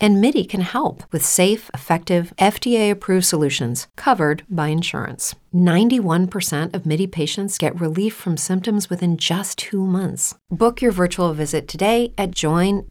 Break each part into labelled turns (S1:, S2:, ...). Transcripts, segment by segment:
S1: and MIDI can help with safe, effective, FDA approved solutions covered by insurance. 91% of MIDI patients get relief from symptoms within just two months. Book your virtual visit today at joinmidi.com.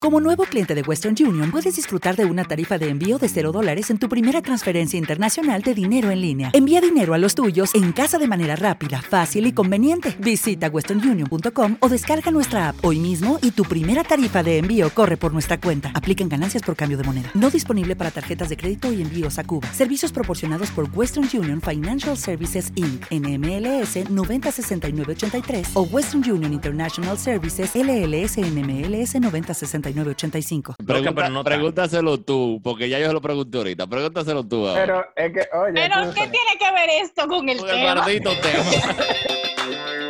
S2: Como nuevo cliente de Western Union, puedes disfrutar de una tarifa de envío de 0 dólares en tu primera transferencia internacional de dinero en línea. Envía dinero a los tuyos en casa de manera rápida, fácil y conveniente. Visita westernunion.com o descarga nuestra app hoy mismo y tu primera tarifa de envío corre por nuestra cuenta. Aplican ganancias por cambio de moneda. No disponible para tarjetas de crédito y envíos a Cuba. Servicios proporcionados por Western Union Financial Services Inc. NMLS 906983 o Western Union International Services LLS NMLS 906985.
S3: Pregunta-
S4: Loca, pero no tanto.
S3: pregúntaselo tú, porque ya yo se lo pregunté ahorita. Pregúntaselo tú ahora.
S4: Pero es que, oye.
S5: Pero,
S4: escúchame.
S5: ¿qué tiene que ver esto con el
S3: Con el
S5: tema?
S3: maldito tema.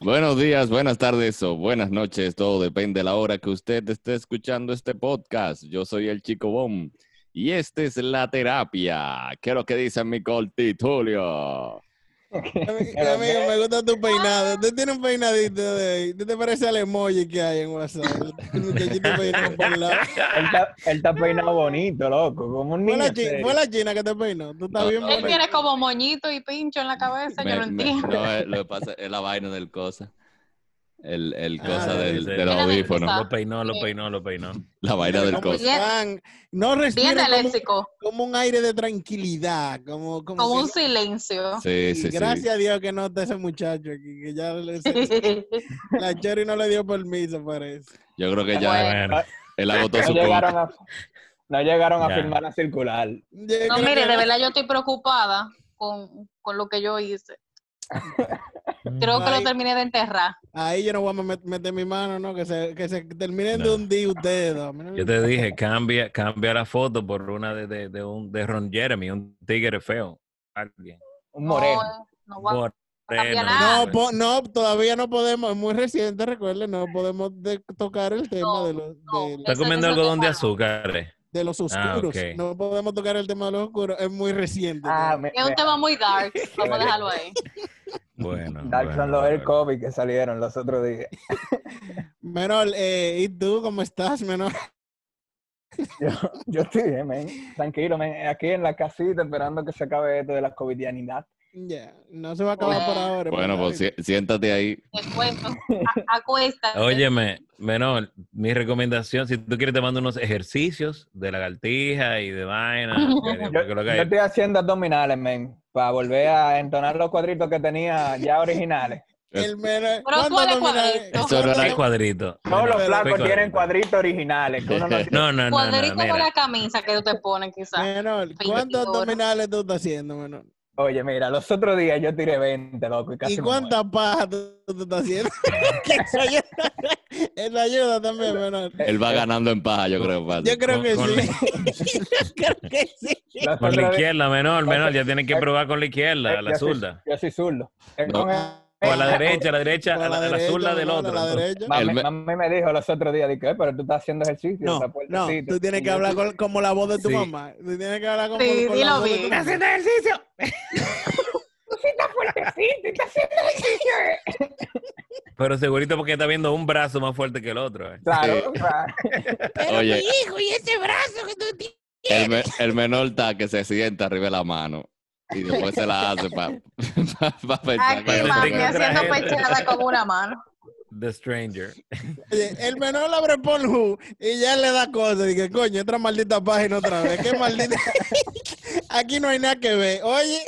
S3: Buenos días, buenas tardes o buenas noches, todo depende de la hora que usted esté escuchando este podcast. Yo soy el Chico Bom y esta es la terapia. ¿Qué es lo que dice mi cortitulio?
S4: Pero
S6: Amigo, me gusta tu peinado. Usted tiene un peinadito de ahí. Usted te parece al emoji que hay en WhatsApp. Un muchachito peinado por un lado.
S4: Él está, él está peinado bonito, loco, como un
S6: Fue
S4: niño.
S6: la, chi-
S4: serio.
S6: fue la china que te peinó. Tú estás
S3: No,
S6: bien
S3: no,
S5: Él
S6: bonito.
S5: tiene como moñito y pincho en la cabeza, yo
S3: Me-
S5: no
S3: me-
S5: entiendo.
S3: no, eh, lo que pasa es la vaina del cosa. El, el
S6: Ah,
S3: cosa
S6: sí,
S3: del,
S4: sí.
S3: del
S5: Era del
S3: audífono.
S5: cosa.
S4: Ajá.
S5: Ah,
S4: Lo
S5: peinó, lo
S4: peinó, lo peinó.
S5: Eh,
S3: La vaina del
S6: Como
S3: cosa.
S6: están. No
S5: Tiene
S6: respira como,
S5: léxico,
S6: como un aire de tranquilidad. Como, como
S5: como un
S6: si-
S5: silencio.
S3: Sí, sí, sí.
S6: Gracias a Dios que no está ese muchacho aquí. Que ya le- se-
S5: Pero
S6: la Cherry no le dio permiso, parece.
S3: Yo creo que ya
S5: Bueno.
S3: él agotó
S4: No
S3: su cuota.
S4: llegaron a, no llegaron a
S7: Ya.
S4: firmar la circular.
S6: Yo
S5: No,
S6: creo
S5: mire,
S6: que
S5: de verdad yo estoy preocupada con, con lo que yo hice. Creo que
S6: Ay.
S5: lo terminé de enterrar.
S6: Ahí yo no voy a met- meter mi mano, ¿no? Que se, que se terminen de
S7: No.
S6: hundir ustedes. a mí no me
S7: Mm. Yo te dije, cambia, cambia la foto por una de, de, de un, de Ron Jeremy, un tigre feo. Alguien.
S4: Un moreno.
S5: No, eh, no voy a-
S7: Moreno,
S5: nada.
S6: No,
S7: güey.
S6: po- no, todavía no podemos, es muy reciente, recuerden, no podemos de- tocar el tema
S5: No,
S6: de, los,
S5: no.
S6: de,
S7: Está
S5: Eso-
S7: comiendo
S5: eso te
S7: algodón de
S5: pasa.
S7: azúcar. eh.
S6: de los oscuros.
S7: ok.
S6: No podemos tocar el tema de los oscuros, es muy reciente.
S4: Ah,
S6: ¿no?
S4: me-
S5: Es un
S4: me-
S5: tema muy dark, vamos a dejarlo ahí.
S7: Bueno.
S4: Dark
S7: bueno,
S4: son los del
S7: bueno.
S4: COVID que salieron los otros días.
S6: Menor, eh, ¿y tú cómo estás, menor?
S4: Yo, yo estoy bien, men. Tranquilo, men. Aquí en la casita esperando que se acabe esto de la covidianidad.
S6: Ya, no se va a acabar por
S5: Bueno.
S6: ahora.
S3: Bueno,
S6: menor.
S3: pues si- siéntate ahí.
S5: Te cuento. A- acuéstate.
S7: Óyeme, menor, mi recomendación, si tú quieres te mando unos ejercicios de lagartija y de vaina. que-
S4: Yo,
S7: porque lo que hay-
S4: yo estoy haciendo abdominales, men, para volver a entonar los cuadritos que tenía ya originales.
S6: el menor,
S5: Pero tú eres
S6: ¿cuándo dominaré?
S5: cuadrito.
S3: Eso no era
S7: ¿Qué cuadrito?
S4: Todos los
S6: Pero-
S4: flacos
S7: pero-
S4: tienen cuadritos originales. que uno no tiene.
S7: No, no, no. no,
S5: Cuadrito
S7: mira.
S5: con la camisa que tú te pones, quizás.
S6: Menor,
S5: Fin,
S6: ¿cuántos
S5: ahora.
S6: abdominales tú estás haciendo, menor?
S4: Oye, mira, los otros días yo tiré 20, loco, y casi
S6: ¿Y
S4: me
S6: cuántas pajas tú, tú estás haciendo? que eso ayuda, eso ayuda también, menor.
S3: Él va ganando en paja, yo creo. Pati.
S6: Yo creo que
S7: Eh, Con- con-
S6: sí. Yo creo que sí.
S7: Con
S4: muero. Los
S7: la
S4: otros días-
S7: izquierda, menor, menor. Ya tienen que
S4: Eh,
S7: probar con la izquierda,
S4: eh,
S7: la
S4: yo soy-
S7: zurda.
S4: Yo soy zurdo. Es
S3: No.
S4: con el-
S7: O a la derecha, a la derecha,
S6: Por
S7: a la, a la
S6: derecha,
S7: zurda del
S6: no,
S7: otro.
S6: A la
S7: entonces.
S6: derecha.
S4: Mami,
S3: El me-
S4: mami me dijo los otros días, dije, "Eh, pero tú estás haciendo ejercicio.
S6: No,
S4: está
S6: no,
S4: fuertecito".
S6: tú tienes
S4: Y
S6: que
S4: yo,
S6: hablar con, como la voz de tu
S7: Sí.
S6: mamá. Tú tienes que hablar como,
S5: Sí,
S6: con
S5: dilo
S6: la voz de tu
S5: bien.
S6: mamá.
S7: Pero segurito porque está viendo un brazo más fuerte que el otro. eh.
S4: Claro, claro.
S3: Oye, el, me- el menor está que se sienta arriba de la mano y después se la hace para pa, pa pensar que
S5: Aquí,
S3: no
S5: mami,
S3: tenga-
S5: haciendo
S7: traje.
S5: pechada con una mano.
S7: The Stranger.
S6: Oye, el menor abre Pornhub y ya le da cosas. Dije, coño, otra maldita página otra vez. Qué maldita. Aquí no hay nada que ver. Oye,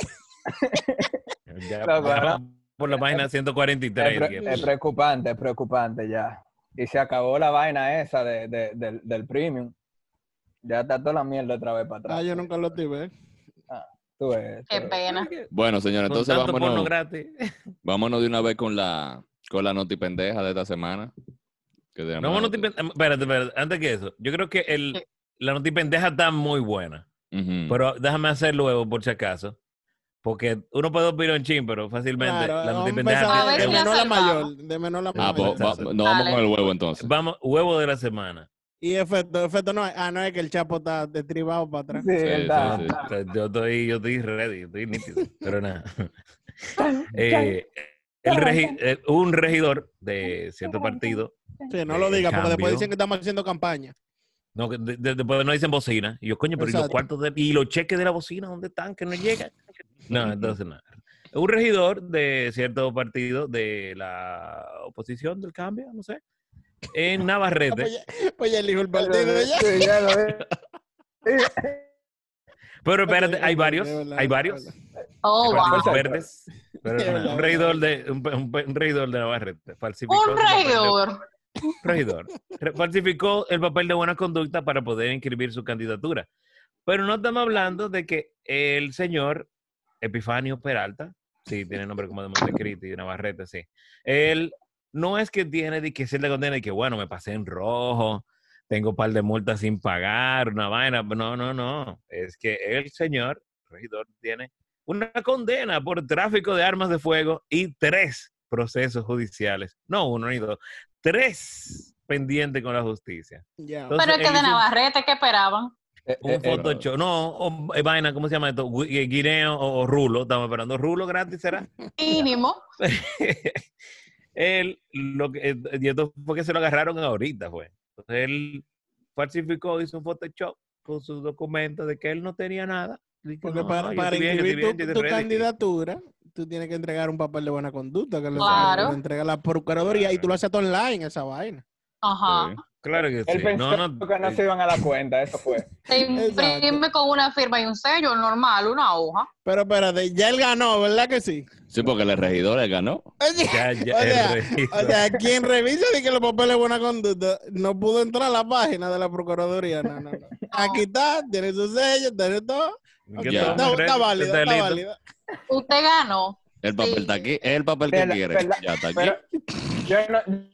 S7: Ya,
S4: Loco,
S7: ya
S4: ¿no?
S7: vamos por la página
S4: es,
S7: 143.
S4: pre-
S7: que-
S4: es preocupante, es preocupante ya. Y se acabó la vaina esa de, de- del- del premium. Ya está toda la mierda otra vez para atrás.
S6: ah, yo nunca lo tuve.
S4: Tú ves,
S5: Qué
S4: tú-
S5: pena.
S3: Bueno, señor,
S7: Con
S3: entonces
S7: tanto porno
S3: vámonos,
S7: gratis.
S3: vámonos de una vez con la, con la notipendeja de esta semana. Que tenemos
S7: No,
S3: la
S7: no
S3: noti-
S7: Espérate, espérate. Antes que eso, yo creo que el, la notipendeja está muy buena.
S3: Ujú.
S7: Pero déjame hacer luego, por si acaso. Porque uno puede opinar un chin, pero fácilmente
S6: Claro,
S7: la
S6: vamos a
S7: multipendeja
S5: A
S6: empezar
S5: ver
S6: de
S7: tiene-
S5: si la
S6: menor a
S5: salvamos.
S6: mayor. De menor a
S3: Ah,
S6: mayor.
S3: pues, va- no, vamos
S5: Dale.
S3: con el huevo entonces.
S7: Vamos, huevo de la semana.
S6: Y efecto, efecto no hay. Ah, no, es que el chapo está destribado para atrás.
S4: Sí, está.
S3: sí,
S4: está.
S7: Te- Pues, Yo estoy, yo estoy ready, yo estoy nítido, pero nada. Eh, el regi- eh, un regidor de cierto partido,
S6: Sí, no lo
S7: Eh,
S6: diga, porque
S7: cambio.
S6: después dicen que estamos haciendo campaña.
S7: no, que de- de- después no dicen bocina, y yo, coño, pero ¿y los
S6: Exacto.
S7: cuartos de- y los cheques de la bocina, dónde están? Que no llegan. No, entonces nada. Un regidor de cierto partido de la oposición del cambio, no sé, en
S6: Ah, pues,
S7: Navarrete,
S6: ya, pues ya elijo el
S4: Pero,
S6: partido. ya.
S4: sí, ya lo vi.
S7: pero espérate,
S6: Ok,
S7: hay
S6: ok,
S7: varios,
S6: es verdad,
S7: hay
S6: es
S7: varios.
S6: verdad.
S5: Oh,
S7: de
S5: wow.
S7: Partidos verdes. Pero
S6: Es
S7: nada,
S6: verdad,
S7: un
S6: es
S7: regidor de un, pe- un pe- un regidor de Navarrete falsificó
S5: Un
S7: su papel de-
S5: regidor.
S7: regidor re- falsificó el papel de buena conducta para poder inscribir su candidatura. Pero no estamos hablando de que el señor Epifanio Peralta, sí, tiene nombre como de Montecristi, de Navarrete, sí. Él no es que tiene de que cierta condena y que, bueno, me pasé en rojo, tengo un par de multas sin pagar, una vaina. No, no, no. Es que el señor regidor tiene una condena por tráfico de armas de fuego y tres procesos judiciales. No uno ni dos, tres pendientes con la justicia.
S6: Ya.
S7: Entonces,
S5: Pero es que
S7: él
S5: de
S7: hizo
S5: Navarrete, ¿qué esperaban?
S4: Eh, eh,
S7: Un Photoshop, no, o, eh, vaina, ¿cómo se llama esto? Gui- eh, Guineo o, o rulo, estamos esperando. ¿Rulo gratis será?
S5: Mínimo.
S7: él, lo que, eh, y esto fue que se lo agarraron ahorita, fue. Entonces él falsificó, hizo un Photoshop con sus documentos de que él no tenía nada. Dijo,
S6: Porque
S7: "No,
S6: para,
S7: no, yo
S6: para
S7: estoy bien, yo
S6: inscribir
S7: estoy bien, yo
S6: tu,
S7: estoy
S6: tu
S7: ready".
S6: candidatura, tú tienes que entregar un papel de buena conducta que le-
S5: Claro.
S6: le entrega la procuraduría y tú lo haces todo online, esa vaina.
S5: Ajá.
S7: Claro que
S4: Él
S7: sí.
S4: pensó
S7: No, no,
S4: que no
S7: eh,
S4: se iban a la cuenta, eso fue.
S5: Se
S6: Exacto.
S5: imprime con una firma y un sello normal, una hoja.
S6: Pero espérate, ya él ganó, ¿verdad que sí?
S3: Sí, porque el regidor él ganó.
S6: Oye,
S7: ya, ya,
S6: o
S7: el
S6: sea,
S7: registro.
S6: o sea, quien revisa de que los papeles de buena conducta no pudo entrar a la página de la procuraduría. No, no, no. Aquí está, tiene su sello, tiene todo.
S7: Que
S3: Ya.
S7: todo
S6: Está,
S7: ready,
S6: está
S7: que
S6: válida,
S7: está
S6: está,
S7: listo.
S6: válida.
S5: Usted ganó.
S3: El papel está aquí, es el papel que
S4: Pero-
S3: quiere.
S4: pero-
S3: ya está aquí.
S4: Pero yo no,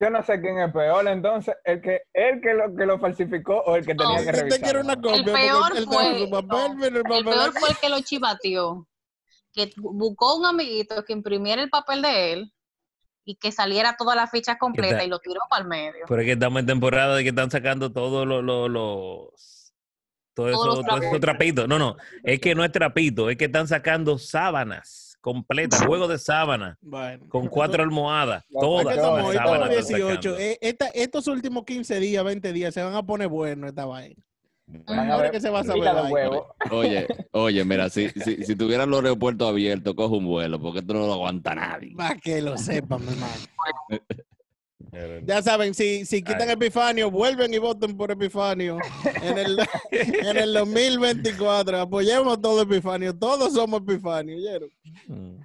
S4: yo no sé quién es peor, entonces, el que, el que lo que lo falsificó o el que tenía
S5: No,
S4: que
S6: Si
S4: revisar.
S6: usted quiere una copia, porque
S5: peor
S6: él
S5: fue-
S6: trajo su papel,
S5: no,
S6: mira el
S5: El
S6: papel.
S5: peor
S6: aquí.
S5: fue el que lo chivateó. Que buscó un amiguito que imprimiera el papel de él y que saliera toda la ficha completa y lo tiró para el medio.
S7: Pero es que estamos en temporada de que están sacando todos los... los- los- todo eso,
S5: Todos los
S7: todo eso trapito. No, no. Es que no es trapito. Es que están sacando sábanas completas. Juego de sábanas.
S6: Bueno.
S7: Con cuatro almohadas.
S4: Ya,
S7: Todas
S6: Es que
S4: Todas,
S6: estamos,
S7: las
S6: hoy
S7: sábanas
S6: estamos
S7: están
S6: 18.
S7: sacando.
S6: Eh, esta- estos últimos 15 días, 20 días, se van a poner bueno esta vaina.
S4: Van a
S6: Ahora
S4: ver
S6: que se va a saber.
S4: pila de
S6: vaina.
S4: huevos.
S3: Oye, oye, mira, si, si, si tuvieran los aeropuertos abiertos, coge un vuelo, porque esto no lo aguanta nadie.
S6: Para que lo sepan, mi hermano.
S7: Pero-
S6: Ya saben, si, si quitan
S7: Ay.
S6: Epifanio, vuelven y voten por Epifanio. En el, en el 2024, apoyemos todo Epifanio. Todos somos Epifanio, ¿oyeron?
S7: Mm.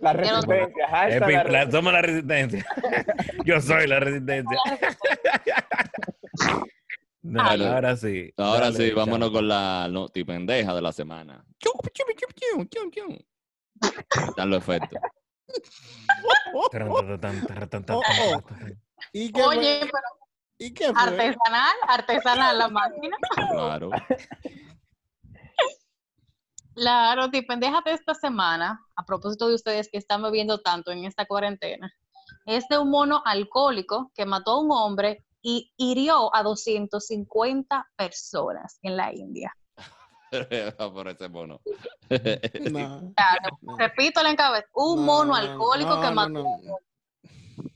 S4: La
S5: no-
S4: resistencia, hashtag
S7: Epi-
S4: la
S7: la- somos la resistencia. Yo soy la resistencia. No,
S3: Ay.
S7: ahora sí.
S3: Ahora
S7: Dale,
S3: sí, vámonos con la notipendeja de la semana. Están los efectos.
S7: Tran, tran, tran, tran, tran, tran,
S6: Oh, oh.
S7: tran.
S6: ¿Y qué
S5: Oye,
S6: fue?
S5: pero
S6: ¿Y qué fue?
S5: artesanal, artesanal la máquina.
S3: Claro.
S5: La notipendeja de esta semana, a propósito de ustedes que están bebiendo tanto en esta cuarentena, es de un mono alcohólico que mató a un hombre y hirió a 250 personas en la India.
S3: por ese mono.
S6: No,
S5: Claro,
S6: no.
S5: repito la encabez, un
S6: No,
S5: mono
S6: no,
S5: alcohólico
S6: no,
S5: que
S6: no,
S5: mató.
S6: no.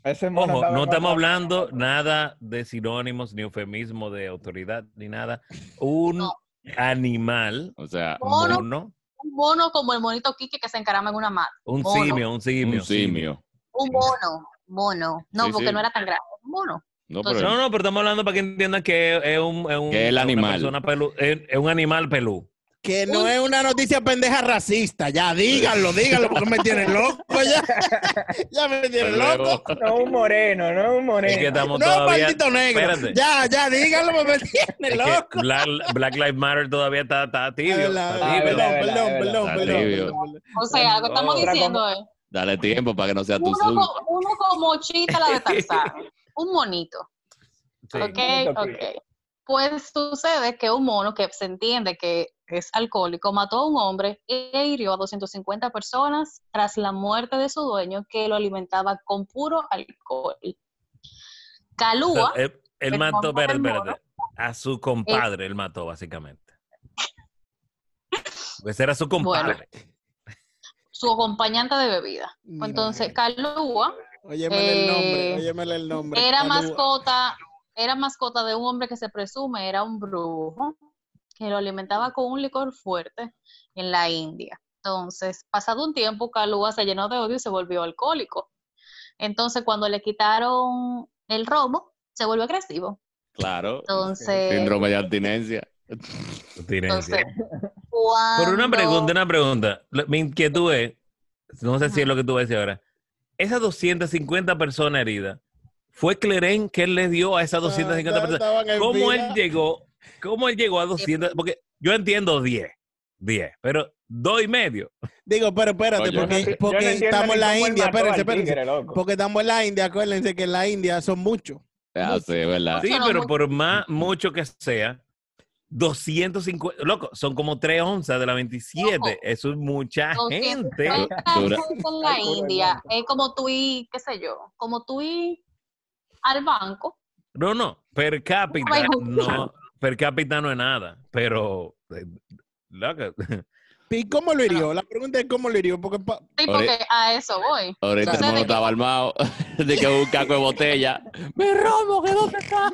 S4: Ese mono
S7: Ojo,
S4: estaba
S7: no estamos
S4: matando.
S7: hablando nada de sinónimos, ni eufemismo de autoridad, ni nada. Un
S5: No.
S7: animal,
S3: O sea,
S7: un
S5: Mono.
S7: mono,
S5: Un mono como el monito Quique que se encarama en una mata.
S7: un
S5: Mono.
S7: simio, un simio.
S3: un simio.
S5: Un mono, mono. No,
S3: Sí,
S5: porque
S3: sí.
S5: no era tan grande. Un mono.
S3: No,
S5: Entonces-
S3: pero
S7: No, no, pero estamos hablando para que entiendan que es un, es un-
S3: Que el
S7: es una
S3: animal.
S7: persona pelú- es, es un animal pelú.
S6: Que no es una noticia pendeja racista. Ya, díganlo, díganlo, porque me tienen loco ya. ya me tienen loco.
S3: Pues Luego-
S4: No un moreno, no un
S7: Es que
S4: moreno.
S7: estamos
S6: Eh, no,
S7: todavía.
S6: maldito negro.
S7: Espérate.
S6: Ya, ya, díganlo, porque me tienen
S7: es que
S6: loco.
S7: Black, Black Lives Matter todavía está, está tibio.
S6: Es verdad,
S7: está
S4: es
S7: tibio.
S4: verdad.
S6: perdón, perdón,
S4: es
S6: perdón,
S3: verdad.
S6: perdón,
S3: Alivio.
S6: perdón, perdón.
S5: O sea, lo que estamos
S4: Otra
S5: diciendo es
S3: dale tiempo para que no sea tu
S5: uno,
S3: Zoom.
S5: co- uno como chita la de Tarzán. Un monito.
S7: Sí.
S5: Ok,
S4: Monito
S5: ok. Pues sucede que un mono que se entiende que es alcohólico mató a un hombre e hirió a 250 personas tras la muerte de su dueño que lo alimentaba con puro alcohol. Calúa,
S7: Pero, él, él
S5: el Eh,
S7: mató,
S5: mamá
S7: espérate,
S5: del
S7: espérate.
S5: moro.
S7: a su compadre, él mató básicamente. Ese era su compadre.
S5: su acompañante de bebida.
S6: Mira,
S5: Entonces,
S6: eh,
S5: Calúa
S6: óyemele el nombre,
S5: eh,
S6: óyemele el nombre.
S5: era
S6: Calúa.
S5: mascota, era mascota de un hombre que se presume era un brujo, que lo alimentaba con un licor fuerte en la India. Entonces, pasado un tiempo, Kalua se llenó de odio y se volvió alcohólico. Entonces, cuando le quitaron el robo, se volvió agresivo.
S3: Claro.
S5: Entonces,
S3: Síndrome de abstinencia.
S7: Abstinencia.
S5: entonces
S7: Por una
S5: cuando-
S7: pregunta, una pregunta. Lo- Mi inquietud es, no sé si es lo que tú vas a decir ahora, esas 250 personas heridas, ¿fue Clerén que él les dio a esas 250
S6: Estaban-
S7: personas?
S6: estaban en
S7: ¿Cómo él
S6: fila.
S7: llegó? ¿Cómo él llegó a 200? Porque yo entiendo 10, 10, pero dos y medio.
S6: Digo, pero espérate,
S3: No, yo no
S6: porque,
S3: enti- yo
S6: porque estamos en la India, espérense, espérense.
S4: Tigre, loco.
S6: Porque estamos en la India, acuérdense que en la India son muchos.
S3: Ah, sí, ¿verdad?
S7: Sí,
S5: Solo
S7: pero
S5: mu-
S7: por más mucho que sea, 250, loco, son como 3 onzas de la 27.
S5: Ojo.
S7: Eso es mucha
S5: 200.
S7: gente.
S5: Hay
S3: Dura-
S5: gente en la India, es como tú y, qué sé yo, como tú y al banco,
S7: No, no, per cápita,
S5: Bueno.
S7: no, per cápita no es nada, pero... eh, loca,
S6: ¿Y cómo lo hirió? La pregunta es cómo lo hirió, porque pa-
S3: Ore-
S5: sí, porque a eso voy.
S3: Ahorita
S5: Claro.
S3: el mono estaba armado de que un caco de botella. ¡Me robo! ¿Qué dónde está?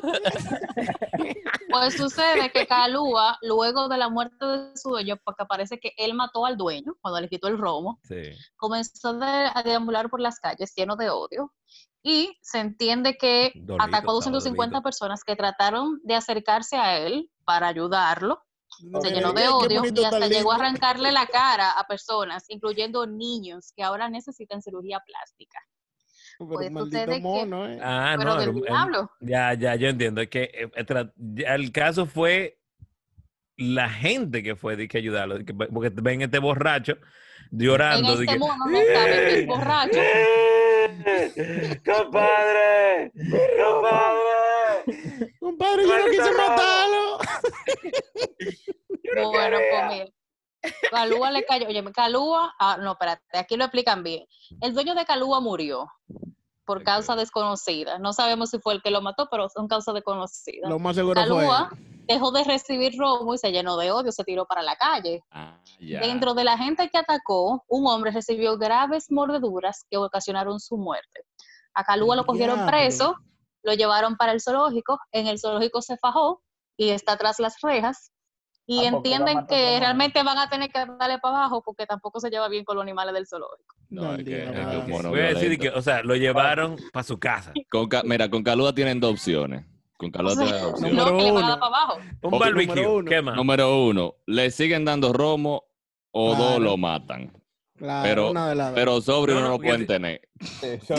S5: Pues sucede que Calúa, luego de la muerte de su dueño, porque parece que él mató al dueño cuando le quitó el romo,
S7: sí.
S5: comenzó de- a deambular por las calles lleno de odio y se entiende que
S7: Dolito,
S5: atacó a
S7: estaba
S5: 250
S7: dolito.
S5: personas que trataron de acercarse a él para ayudarlo.
S6: no
S5: Se
S6: me
S5: llenó de
S6: digas, qué
S5: odio
S6: bonito
S5: y hasta
S6: tan
S5: llegó a
S6: lindo.
S5: arrancarle la cara a personas, incluyendo niños que ahora necesitan cirugía plástica.
S6: Pero
S5: Pues
S6: maldito
S5: sucede que-
S6: mono, eh.
S7: Ah,
S5: Pero
S7: no,
S5: del
S7: el- el-
S5: diablo.
S7: ya, ya, yo entiendo, es que eh, eh, tra- ya el caso fue la gente que fue de que ayudarlo, de que- porque ven este borracho
S5: En
S7: llorando. de
S5: este
S7: que,
S5: mundo no sabe
S7: ¡Eh!
S5: que es borracho.
S7: ¡Compadre! ¡Compadre!
S6: Compadre, yo no
S7: Maldito
S6: quise
S7: robo.
S6: matarlo.
S5: Bueno, pues mira. Calúa le cayó. Oye, Calúa. Ah, no, espérate, aquí lo explican bien. El dueño de Calúa murió por causa desconocida. No sabemos si fue el que lo mató, pero son causas desconocidas.
S6: Lo más seguro fue.
S5: Calúa
S6: él.
S5: dejó de recibir robo y se llenó de odio, se tiró para la calle.
S3: Ah, ya.
S5: Dentro de la gente que atacó, un hombre recibió graves mordeduras que ocasionaron su muerte. A Calúa lo cogieron
S6: Diablo.
S5: preso, lo llevaron para el zoológico, en el zoológico se fajó y está tras las rejas. Y
S4: ¿A poco la
S5: entienden
S4: mató
S5: que
S4: como-
S5: realmente van a tener que darle para abajo porque tampoco se lleva bien con los animales del zoológico.
S3: No, es que-
S6: Maldito
S3: es que
S6: mono.
S3: un mono
S7: Voy a decir de
S3: violento.
S7: que, o sea, lo llevaron para su casa.
S3: Con Ca- mira, con Calúa tienen dos opciones. Con Calúa
S5: O sea,
S3: tienen dos opciones.
S5: No, que le van a
S6: uno.
S5: dar para abajo.
S7: Un
S3: O-
S6: número
S7: barbecue,
S6: uno.
S7: ¿qué más?
S3: Número uno, le siguen dando romo o
S6: Claro.
S3: dos lo matan.
S6: Claro,
S3: Pero-
S6: una de las dos.
S3: Pero sobre
S7: No, no,
S3: uno no lo
S7: porque
S3: pueden
S7: te-
S3: tener.
S4: Sí, eso-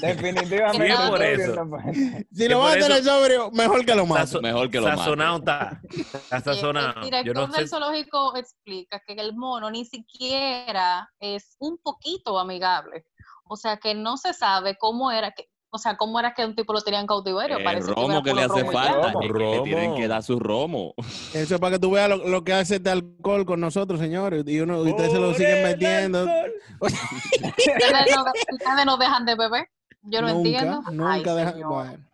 S4: definitivamente.
S5: Sí, es por
S4: Tokio
S7: eso.
S4: no pues. puede-
S6: si
S7: que
S6: lo vas a
S7: por
S6: tener sobrio, mejor que lo mates.
S7: Sazo-
S3: Mejor que lo maten.
S7: Sazonado está. Está
S5: Y el-
S7: sazonado.
S5: Eh, El director
S7: Yo no
S5: del
S7: sé.
S5: zoológico explica que el mono ni siquiera es un poquito amigable. O sea, que no se sabe cómo era que, o sea, cómo era que un tipo lo tenía en cautiverio.
S3: El
S5: Parece
S3: romo
S5: era
S3: que
S5: puro
S3: le hace
S5: romo y ya.
S3: falta.
S7: ya.
S3: es que Le tienen que
S7: Romo.
S3: dar su romo.
S6: Eso es para que tú veas lo, lo que hace este alcohol con nosotros, señores. Y uno, y ustedes se lo
S7: Por
S6: siguen
S7: el
S6: metiendo.
S7: alcohol.
S5: Ustedes no, ustedes no dejan de beber. Yo no
S6: nunca,
S5: entiendo. Ay,
S6: nunca deja-
S5: señor.
S6: bueno,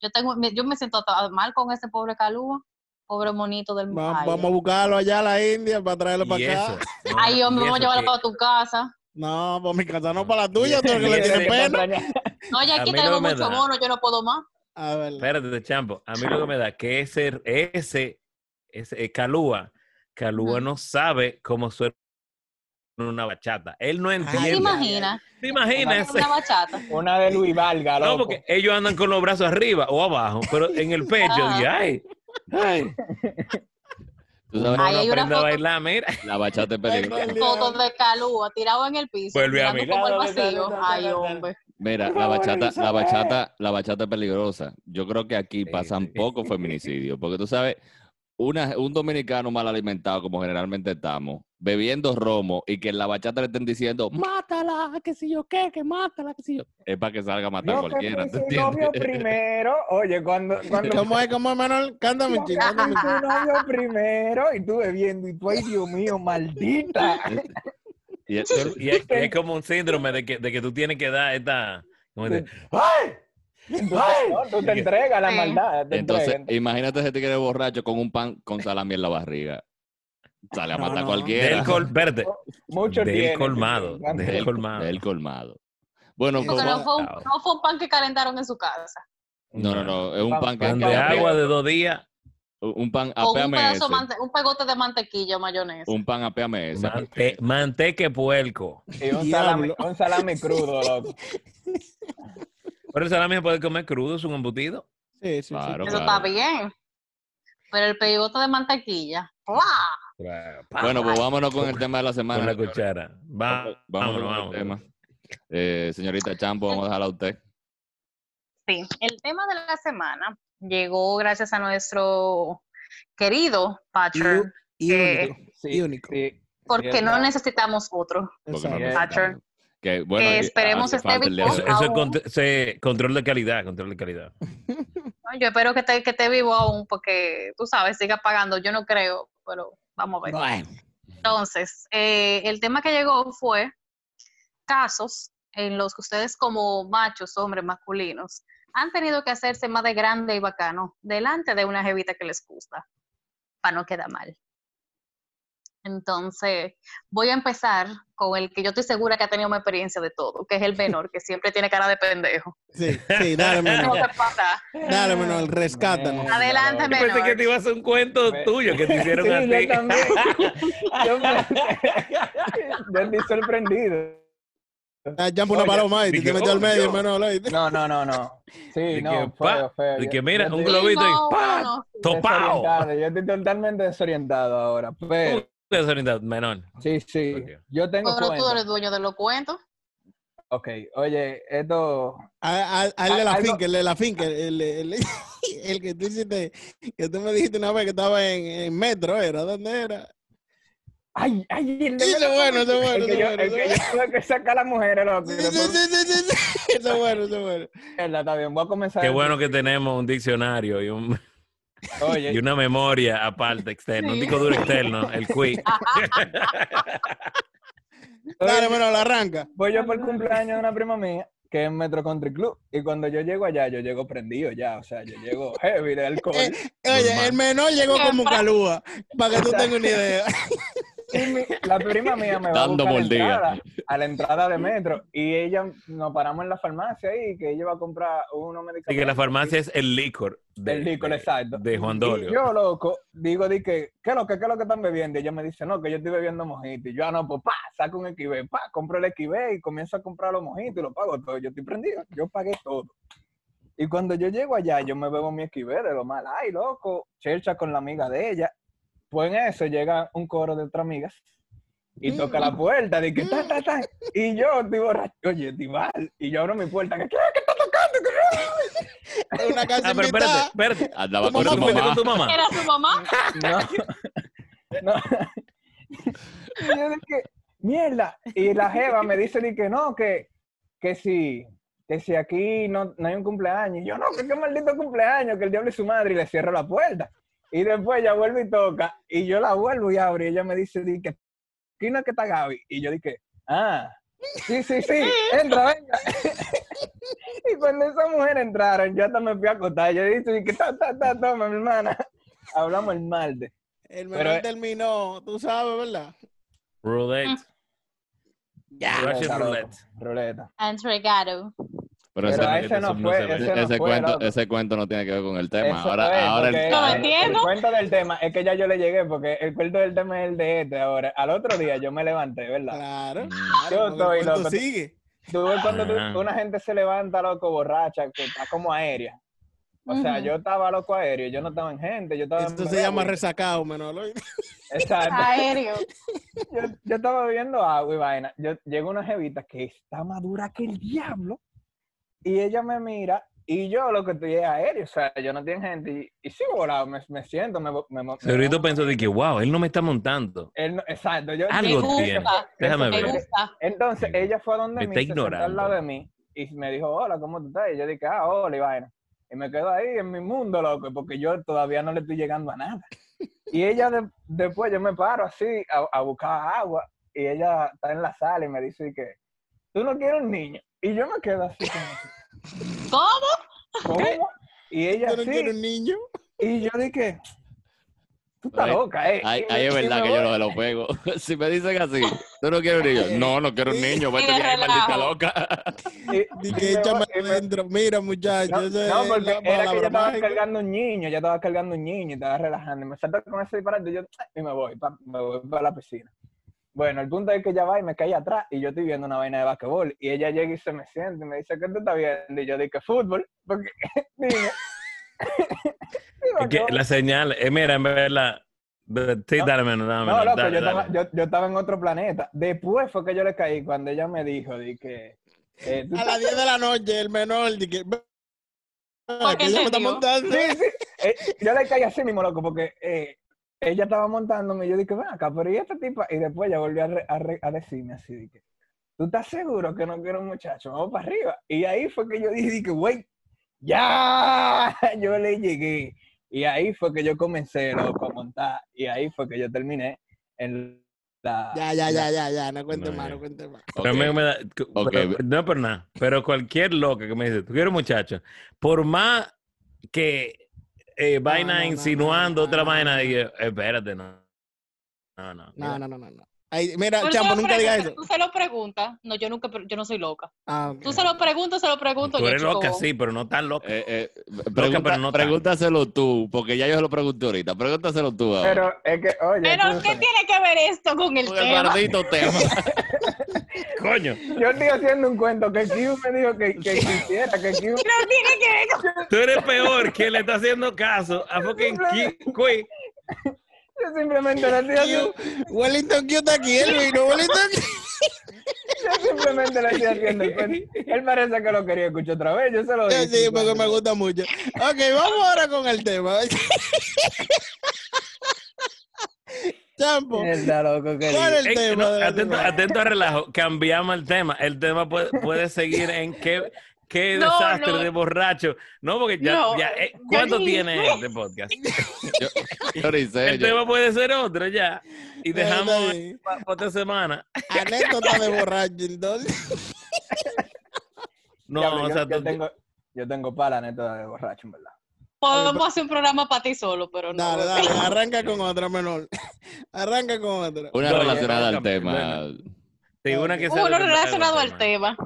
S5: yo, tengo, me- yo me siento hasta mal con ese pobre calúa, pobre monito del
S6: va-
S5: mundo.
S6: vamos a buscarlo allá a la India para traerlo
S7: Y
S6: para acá.
S7: eso, no,
S5: Ay,
S7: y
S5: hombre, vamos a
S7: eso
S5: llevarlo
S7: que-
S5: para tu casa.
S6: No, para mi casa no, para la tuya, tú eres que
S7: Y
S6: le
S7: eso
S6: tienes
S7: que
S6: pena.
S4: Extraña-
S5: No, ya
S7: A
S5: aquí
S7: mí no
S5: tenemos
S7: me
S5: mucho
S7: da.
S5: mono, yo no puedo más.
S6: A ver,
S7: Espérate, champo. A mí lo que me da que ese, ese, ese eh, Calúa, Calúa
S5: Ujú.
S7: no sabe cómo suena una bachata. Él no
S5: ¿Tú te
S6: Ay,
S7: entiende.
S6: imagínate.
S5: imaginas?
S7: ¿Te imaginas?
S5: Una bachata.
S4: Una de Luis Valga, loco.
S7: No, porque ellos andan con los brazos arriba o abajo, pero en el pecho.
S5: Ah.
S7: y, ay, ay.
S3: Tú sabes,
S5: Ay,
S7: Uno
S5: hay una
S7: aprende a
S5: foto-
S7: bailar, mira.
S3: la bachata es peligrosa.
S5: Todo de calúa, tirado en el piso,
S7: Vuelve a
S5: mirando como el
S7: mirar,
S5: vacío.
S7: ta, ta, ta, ta,
S5: Ay,
S7: ta.
S5: hombre.
S3: Mira, la bachata, la bachata, la bachata es peligrosa. Yo creo que aquí
S7: Sí,
S3: pasan
S7: sí.
S3: pocos feminicidios, porque tú sabes, una- un dominicano mal alimentado, como generalmente estamos, bebiendo romo y que en la bachata le estén diciendo, mátala, que si yo qué, que mátala, que si yo. Es para que salga a matar a
S4: No, que
S3: cualquiera,
S4: fui
S3: ¿te
S4: su novio
S3: entiendes?
S4: primero. Oye, cuando, cuando
S6: ¿Cómo es? ¿Cómo es, Manuel? Cántame un chico,
S4: Yo
S6: cántame
S4: fui
S6: un chico.
S4: su novio primero y tú bebiendo y tú, ay Dios mío, maldita.
S3: Y e-, el-
S7: Y es, y es como un síndrome de que, de que tú tienes que dar esta... como de-
S4: ¡Ay! Entonces, no, tú te entregas a la
S5: Sí.
S4: maldad. Te
S3: Entonces,
S4: entregas.
S3: imagínate ese tigre borracho con un pan con salami en la barriga. Sale a
S6: No,
S3: matar a
S6: no.
S3: cualquiera.
S7: del col, espérate,
S4: Mucho
S7: del
S4: tiene,
S7: colmado,
S4: chico,
S7: del
S4: ¿cuánto?
S7: colmado.
S3: Del colmado. Bueno,
S6: Sí,
S3: como-
S5: Porque no fue, un,
S7: Wow.
S5: no fue un pan que calentaron en su casa.
S3: no, no, no, es un pan que
S7: Pan de
S4: Pan de
S7: agua de dos días.
S3: un pan
S7: Ah,
S5: O un,
S3: apéame
S5: pedazo de
S3: ese.
S5: mante- un pegote de mantequilla o mayonesa.
S3: Un pan apéame ese.
S7: Mante, manteca y eh, puerco.
S4: Y un salami,
S6: Diablo.
S4: un salami crudo, loco.
S7: Pero el salami se puede comer crudo, es un embutido.
S6: Sí, sí, sí.
S3: Claro,
S5: Eso
S3: claro.
S5: está bien. Pero el pegote de mantequilla. ¡guau!
S3: Bueno, pues vámonos con el tema de la
S7: Con
S3: semana.
S7: la cuchara. Va,
S3: Vámonos con el
S7: vámonos,
S3: tema.
S7: vámonos.
S3: Eh, señorita Champo, vamos a dejarla a usted.
S5: Sí, el tema de la semana llegó gracias a nuestro querido Patcher,
S6: Y
S5: Eh,
S6: único.
S4: Sí,
S6: Y único.
S4: sí.
S5: porque no
S4: verdad.
S5: necesitamos otro.
S3: porque no
S6: Exacto.
S4: Bien.
S3: necesitamos. Que, bueno,
S5: Que
S3: y-
S5: esperemos
S3: hace
S4: este
S5: esté
S3: falta el día de
S5: vivo.
S7: Eso,
S3: hoy.
S7: eso es
S5: Aún.
S7: cont- se- control de calidad, control de calidad.
S5: No, Yo espero que esté que esté vivo aún, porque tú sabes, siga pagando. Yo no creo, pero vamos a ver.
S6: Bueno.
S5: Entonces, eh, el tema que llegó fue casos en los que ustedes como machos, hombres masculinos, han tenido que hacerse más de grande y bacano delante de una jevita que les gusta, para no quedar mal. Entonces, voy a empezar con el que yo estoy segura que ha tenido más experiencia de todo, que es el menor, que siempre tiene cara de pendejo.
S6: Sí, sí, dale,
S5: No
S6: Manuel.
S5: se pasa.
S6: Dale, Manuel, rescátanos.
S4: Mierda,
S5: Adelante,
S4: loco.
S7: Yo pensé
S5: Menor.
S7: que te ibas a hacer un cuento
S4: Me-
S7: tuyo que te hicieron
S4: Sí,
S7: a
S4: yo
S7: ti.
S4: también. Yo, me- yo estoy sorprendido.
S6: Ah, Champa una
S7: Oye,
S6: paloma y
S7: dije,
S6: te metió al
S7: oh,
S6: medio,
S7: Dios.
S6: Manuel. oíste.
S4: No, no, no, no. Sí,
S7: De
S4: no,
S7: que, pa,
S4: feo, feo.
S7: de
S4: Yo-
S7: que mira,
S4: yo
S7: un
S4: estoy
S7: globito
S5: no,
S7: y ¡pa!
S5: no.
S7: ¡Topao!
S4: desorientado, Yo estoy totalmente desorientado ahora. Pero,
S7: Desorientado, Menor.
S4: sí, sí.
S7: Ok.
S4: Yo tengo
S5: Pero tú
S4: cuenta.
S5: eres dueño de los cuentos.
S4: Ok, oye, esto...
S6: A- a- Al de la
S4: Algo-
S6: finca, el de la finca, el, el, el- el que tú hiciste, que tú me dijiste una vez que estaba en, en metro, ¿era? ¿Dónde era?
S4: Ay, ay, el de-
S6: Ese es bueno, ese es bueno,
S4: El que yo,
S6: ese es
S4: el que
S6: bueno.
S4: yo tuve que sacar a la mujer, loco.
S6: Sí,
S4: y
S6: sí,
S4: después-
S6: sí, sí, sí, sí. Eso es bueno, eso es bueno.
S4: Mierda, Está bien, voy a comenzar.
S7: Qué bueno que tenemos un diccionario y, un-
S4: Oye,
S7: y una memoria aparte, externa, un
S5: Sí.
S7: disco duro externo, el quick.
S4: Ah.
S6: Dale,
S4: oye,
S6: bueno, la arranca.
S4: Voy yo por el cumpleaños de una prima mía que es Metro Country Club. Y cuando yo llego allá, yo llego prendido ya. O sea, yo llego heavy de alcohol.
S6: Eh, Oye, el menor llegó como calúa, para que tú tengas una idea.
S4: Y mi- la prima mía me va
S3: Dando
S4: a buscar a
S3: mordida.
S4: la entrada, a la entrada de Metro. Y ella, nos paramos en la farmacia ahí, que ella va a comprar unos medicamentos.
S7: Así que la farmacia es el licor. de-
S4: El licor,
S7: de-
S4: exacto.
S7: De Juan
S4: Y
S7: Dolio. Ah,
S4: yo, loco, digo, di que, ¿qué es lo que, qué es lo que están bebiendo? Y ella me dice, no, que yo estoy bebiendo mojito. Y yo, ah, no, pues, pa, saco un equibe, pa, compro el equibe y comienzo a comprar los mojitos y los pago todo. Yo estoy prendido, yo pagué todo. Y cuando yo llego allá, yo me bebo mi equibe de lo mal. Ay, loco, chercha con la amiga de ella. Pues en eso llega un coro de otras amigas y toca la puerta, de que, ta, ta, ta. Y yo, estoy borracho, oye, estoy mal. Y yo abro mi puerta, que, ¿qué?
S6: Es una casa
S7: Ah, pero espérate,
S6: invitada.
S7: espérate.
S3: Andaba
S6: Tu
S3: con
S7: Pero
S3: su
S7: tú fuiste
S3: mamá.
S7: con tu mamá.
S5: Era su mamá.
S4: No. no. Y yo dije, mierda. Y la Jeva me dice di que no, que, que si, que si aquí no, no hay un cumpleaños. Y yo, no, que qué maldito cumpleaños, que el diablo es su madre y le cierro la puerta. Y después ella vuelve y toca. Y yo la vuelvo y abro. Y ella me dice di que aquí no es que está Gaby. Y yo dije, ah, sí, sí, sí, entra, venga. y cuando esas mujeres entraron, yo hasta me fui a acostar. Yo dije, di que ta, ta, ta, toma, mi hermana. Hablamos el martes.
S6: El
S4: Pero,
S6: menor
S4: eh,
S6: terminó, tú sabes, ¿verdad?
S7: Roulette. Russian
S4: Ruleta, loco,
S7: roulette.
S4: Ruleta.
S5: Entregado.
S3: Pero
S4: Pero
S3: ese,
S7: no-
S4: a ese no
S7: eso no
S4: fue,
S7: se ve.
S4: ese no
S3: ese
S4: fue,
S3: cuento,
S4: loco.
S3: ese cuento no tiene que ver con el tema.
S4: Eso
S3: ahora,
S4: es,
S3: ahora el-
S4: porque
S5: No lo
S4: el-
S5: entiendo.
S4: El cuento del tema es que ya yo le llegué, porque el cuento del tema es el de este ahora. Al otro día yo me levanté, ¿verdad?
S6: Claro.
S4: Yo
S6: claro
S4: estoy
S6: porque el cuento
S4: loco.
S6: sigue.
S4: Tú ves cuando tú-
S7: Ajá.
S4: una gente se levanta, loco, borracha, que está como aérea. O sea,
S5: Ujú.
S4: yo estaba loco aéreo, yo no estaba en gente, yo estaba... en
S6: Eso se
S4: verdad,
S6: llama
S4: güey.
S6: resacado, Manolo.
S4: Exacto.
S5: Aéreo.
S4: Yo, yo estaba bebiendo agua y vaina. Yo, llega una jevita que está madura que el diablo y ella me mira Y yo lo que estoy es aéreo, o sea, yo no tengo gente. Y, y sí, volado, me, me siento, me, me, me-
S7: Segurito pensó de que, wow, él no me está montando.
S4: él no- exacto, yo.
S5: Me
S7: Algo tiene.
S5: gusta,
S7: Déjame
S5: me
S7: ver.
S5: gusta.
S4: Entonces, ella fue a
S7: Me
S4: donde mí,
S7: está
S4: se sentó al
S7: ignorando.
S4: lado de mí y me dijo, hola, ¿cómo tú estás? Y yo dije, ah, hola, y vaina. Y me quedo ahí en mi mundo, loco, porque yo todavía no le estoy llegando a nada. Y ella, de- después yo me paro así a, a buscar agua y ella está en la sala y me dice que, tú no quieres un niño. Y yo me quedo así
S5: ¿Cómo?
S4: como, ¿cómo? Y ella
S6: Yo no quiero
S4: así,
S6: un niño.
S4: y yo dije, tú estás
S3: Ay,
S4: loca, eh.
S3: Ahí,
S4: Y me-
S3: ahí es
S4: y me
S3: verdad que
S4: voy.
S3: yo no me lo pego. Si me dicen así, tú no quieres un niño. No, no quiero un niño. Vete
S5: de
S3: de ahí, maldita
S5: relajo.
S3: loca.
S4: Y- y me
S6: Dije,
S4: voy,
S6: échame
S4: y me-
S6: adentro. Mira,
S4: No,
S6: muchachos, esa
S4: no,
S6: es
S4: porque
S6: la
S4: era que yo
S6: palabra
S4: estaba
S6: mágica.
S4: cargando un niño, yo estaba cargando un niño y estaba relajando. Y me salto con ese disparate y yo, y me voy, pa- me voy para la piscina. Bueno, el punto es que ella va y me cae atrás y yo estoy viendo una vaina de basquetbol. Y ella llega y se me siente y me dice, ¿qué tú estás viendo? Y yo dije, fútbol. Porque, dime.
S7: Es que la señal, eh, mira, en verdad, sí, dale menos, dale
S4: No,
S7: menos,
S4: loco,
S7: dale,
S4: yo, estaba,
S7: dale.
S4: yo, yo estaba en otro planeta. Después fue que yo le caí cuando ella me dijo, di que... eh, tú
S6: A las 10 de la noche, el menor, dije, "Ve-
S5: ¿Por qué
S6: que ella me está
S5: entendió?
S6: montando.
S4: Sí, sí. Eh, yo le caí así mismo, loco, porque eh, ella estaba montándome y yo dije, ven acá, pero ¿y esta tipa? Y después ella volvió a, re- a re- a decirme así, dije, ¿tú estás seguro que no quiero un muchacho? Vamos para arriba. Y ahí fue que yo dije, dije, güey, ya, yo le llegué. Y ahí fue que yo comencé, loco, a montar. Y ahí fue que yo terminé en la...
S6: Ya, ya, ya, ya, ya, no cuente
S7: No,
S6: más,
S7: ya.
S6: no cuente más.
S7: Pero a mí me da- pero- no, pero nada. Pero cualquier loca que me dice, tú quieres muchacha, por más que eh, vaina
S6: no, no,
S7: insinuando
S6: no,
S7: otra
S6: no,
S7: vaina,
S6: no.
S7: digo, espérate, no. No, no.
S6: No, no, no, no. no. Ahí, mira,
S5: Tú se
S6: Champo,
S5: lo
S6: nunca digas
S5: preguntas,
S6: eso.
S5: Tú se lo preguntas. No, yo nunca, yo no soy loca.
S6: Ah, ok.
S5: Tú se lo preguntas, se lo pregunto.
S7: Tú
S5: yo,
S7: eres
S5: chico,
S7: loca,
S5: vos.
S7: sí, pero no tan loca.
S3: Eh, eh, pregunta-
S7: pero no tanto.
S3: pregúntaselo tú, porque ya yo se lo pregunté ahorita. Pregúntaselo tú ahora.
S4: Pero es que, oye,
S5: Pero, ¿qué
S4: escúchame,
S5: tiene que ver esto con el
S3: Con el
S5: tema?
S3: maldito tema.
S7: Coño,
S4: yo estoy haciendo un cuento que Q me dijo que, que quisiera, que Q...
S5: No tiene que ver con...
S7: tú eres peor que le está haciendo caso a fucking Ki- Kui.
S4: Yo simplemente le estoy haciendo...
S6: Q, Wellington Q está aquí, él vino, Wellington Q.
S4: Yo simplemente le estoy haciendo el cuento. Él parece que lo quería escuchar otra vez. Yo se lo dije.
S6: Sí, Eh, sí, porque me gusta mucho. Ok, vamos ahora con el tema. Champo,
S4: Mierda, loco, querido.
S6: ¿cuál es el
S7: Ey, no,
S6: tema? de la
S7: atento,
S6: semana?
S7: atento al relajo, cambiamos el tema. El tema puede, puede seguir en qué, qué
S5: No,
S7: desastre
S5: no.
S7: de borracho. No, porque ya,
S5: No,
S7: ya, eh,
S5: yo
S7: ¿cuánto
S5: ni-
S7: tiene este podcast?
S3: Yo, yo ni sé,
S7: El
S3: yo-
S7: tema pues, puede ser otro ya. Y
S6: Está
S7: dejamos
S6: bien.
S7: para otra semana.
S6: Anécdota de borracho, entonces.
S7: No,
S4: Diablo,
S7: o
S4: yo,
S7: sea,
S4: yo
S7: tú-
S4: tengo, yo tengo pala neta de borracho, en verdad.
S5: Podemos hacer un programa para ti solo, pero no.
S6: Dale, dale, arranca con otra menor. Arranca con otra.
S3: una
S7: No, yo-
S3: relacionada al
S7: bueno.
S3: tema.
S7: sí, una que sea
S5: Uno
S7: de-
S5: relacionado al tema.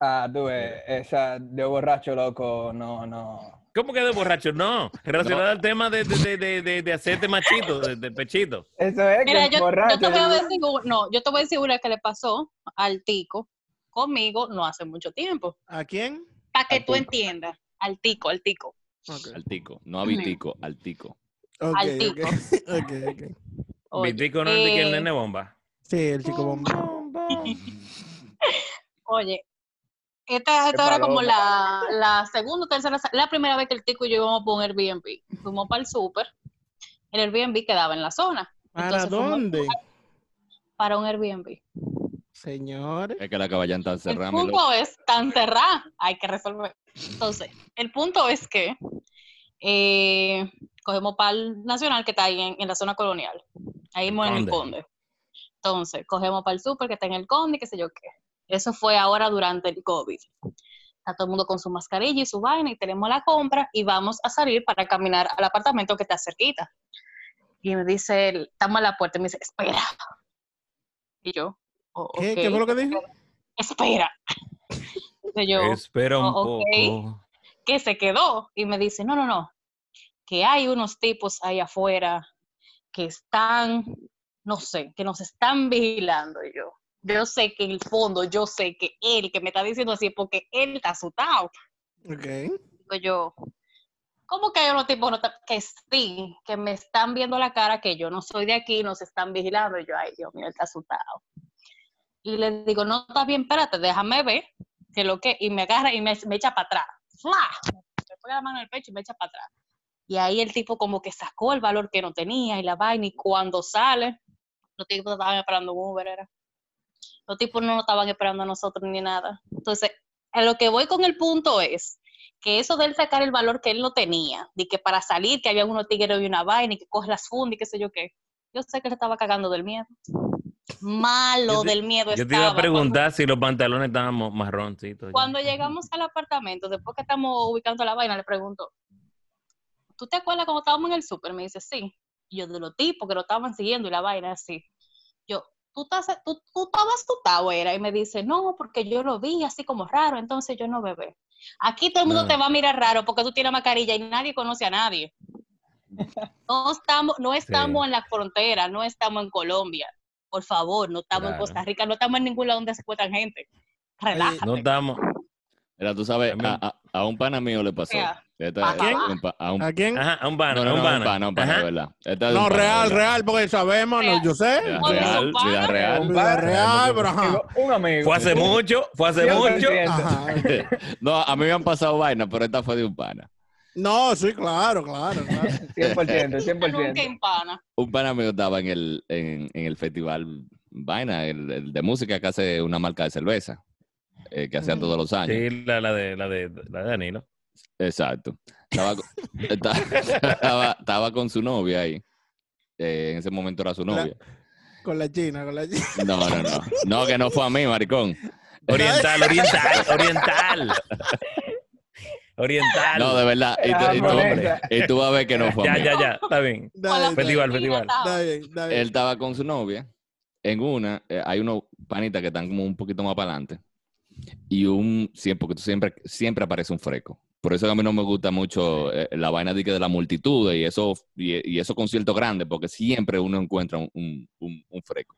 S4: Ah, tú ves, esa de borracho, loco, no, no.
S7: ¿Cómo que de borracho? No, relacionado al tema de, de, de, de, de- de hacerte machito, de, de pechito.
S4: Eso es
S5: Mira,
S4: que
S5: yo,
S4: es borracho.
S5: yo te voy a
S4: yo-
S5: decir, un- no, yo te voy a decir una que le pasó al tico conmigo no hace mucho tiempo.
S6: ¿A quién?
S5: Para que
S3: Al
S5: tú
S3: Tico.
S5: entiendas. Al tico, al tico.
S6: Ok,
S3: Al tico, no a Vitico, al tico.
S6: ok,
S5: Al
S6: ok.
S5: tico.
S6: Ok, ok.
S5: Oye,
S7: Vitico no es de que el
S5: eh,
S7: nene bomba.
S6: Sí, el chico bomba.
S5: Oye, esta, esta
S4: Qué
S5: era como
S4: paloma.
S5: la, la segunda o tercera, la primera vez que el tico y yo íbamos por un Airbnb. Fuimos para el súper. El Airbnb quedaba en la zona.
S6: ¿Para
S5: Entonces, fuimos
S6: dónde?
S5: Para un Airbnb.
S6: Señores.
S3: Es que la caballanta tan
S5: El
S3: cerrada. mi loco.
S5: punto es tan cerrada, hay que resolver. Entonces, el punto es que eh, cogemos pal nacional que está ahí en, en la zona colonial, ahí mismo en el
S7: Conde.
S5: Conde. Entonces, cogemos pal super que está en el Conde, qué sé yo qué. Eso fue ahora durante el COVID. Está todo el mundo con su mascarilla y su vaina y tenemos la compra y vamos a salir para caminar al apartamento que está cerquita. Y me dice, él, estamos a la puerta y me dice, espera. Y yo, "Oh,
S6: ¿Qué?
S5: ok"
S6: ¿Qué fue lo que dijo?
S5: espera. Dice yo,
S7: Espera un
S5: Oh, ok.
S7: poco.
S5: que se quedó. Y me dice, no, no, no, que hay unos tipos ahí afuera que están, no sé, que nos están vigilando. Y yo, yo sé que en el fondo, yo sé que él que me está diciendo así es porque él está asustado.
S6: Ok.
S5: Digo yo, ¿cómo que hay unos tipos no ta- que sí, que me están viendo la cara, que yo no soy de aquí, nos están vigilando? Y yo, ay, Dios mío, él está asustado. Y le digo, no, está bien, espérate, déjame ver. que lo que, y me agarra y me, me echa para atrás. ¡Fla! Me pone la mano en el pecho y me echa para atrás. Y ahí el tipo como que sacó el valor que no tenía y la vaina, y cuando sale, los tipos estaban esperando un Uber, era. Los tipos no nos estaban esperando a nosotros ni nada. Entonces, a lo que voy con el punto es que eso de él sacar el valor que él no tenía, de que para salir, que había unos tigres y una vaina, y que coge las fundas y qué sé yo qué. Yo sé que le estaba cagando del miedo. Malo
S7: Yo te-
S5: del miedo
S7: Yo
S5: estaba.
S7: te iba a
S5: Cuando-
S7: preguntar si los pantalones estaban mo- marroncitos. ya.
S5: Cuando llegamos al apartamento, después que estamos ubicando la vaina, le pregunto, ¿tú te acuerdas cuando estábamos en el súper? Me dice, sí. Y yo, de los tipos que lo estaban siguiendo y la vaina, así. Yo, ¿tú, estás, tú, tú estabas asustado, era? Y me dice, no, porque yo lo vi así como raro, entonces yo no bebé. Aquí todo el mundo
S7: Ah.
S5: te va a mirar raro porque tú tienes mascarilla y nadie conoce a nadie. No estamos, no estamos en la frontera, no estamos en Colombia. Por favor, no estamos en
S7: Claro.
S5: Costa Rica, no estamos en ningún lado donde se encuentran gente. Relájate.
S7: No estamos.
S3: Mira, tú sabes, a, a- a un pana mío le pasó.
S5: Ea.
S3: Esta-
S5: ¿A quién?
S3: un pa- a un-
S6: ¿A quién?
S7: Ajá, a un pana,
S3: no,
S7: a
S3: no,
S7: un
S3: no,
S7: pana.
S3: un pana, un pana, de
S7: Ajá.
S3: verdad. Esta es de
S6: No,
S3: un pana,
S6: real,
S3: de verdad.
S6: real, porque sabemos, no, yo sé.
S3: Vida
S5: Porque
S3: real,
S5: son panas.
S3: vida real.
S6: Vida real, pero ajá.
S4: Un amigo.
S7: Fue hace mucho, fue hace
S4: Siempre
S7: mucho.
S4: entiendo.
S6: Ajá.
S3: No, a mí me han pasado vainas, pero esta fue de un pana.
S6: No, sí, claro, claro. claro.
S4: 100%,
S5: Nunca
S4: 100%.
S5: empana.
S3: Un pana mío estaba en el, en, en el festival Vaina, el, el de música que hace una marca de cerveza, eh, que hacían todos los años.
S7: Sí, la, la de, la, de, la de Danilo.
S3: Exacto. Estaba, con- esta- estaba- estaba con su novia ahí. Eh, en ese momento era su
S6: La-
S3: novia.
S6: Con la china, con la china.
S3: No, no, no. No, que no fue a mí, maricón.
S7: Oriental, oriental, oriental. Oriental.
S3: No, de verdad. Y
S4: Ah,
S3: tú, y
S4: japonesa.
S3: tú- y tú vas a ver que no fue a
S7: ya,
S3: mí.
S7: ya, ya, está bien.
S5: Con la
S6: Dale, dale,
S7: Festival,
S5: piscina
S7: festival.
S5: estaba.
S6: Está bien, está bien.
S3: Él estaba con su novia. En una, eh, hay unos panitas que están como un poquito más para adelante. Y un, siempre, porque tú siempre, siempre aparece un freco. Por eso a mí no me gusta mucho eh, la vaina de, que de la multitud y, eso, y, y esos conciertos grandes, porque siempre uno encuentra un, un- un- un freco.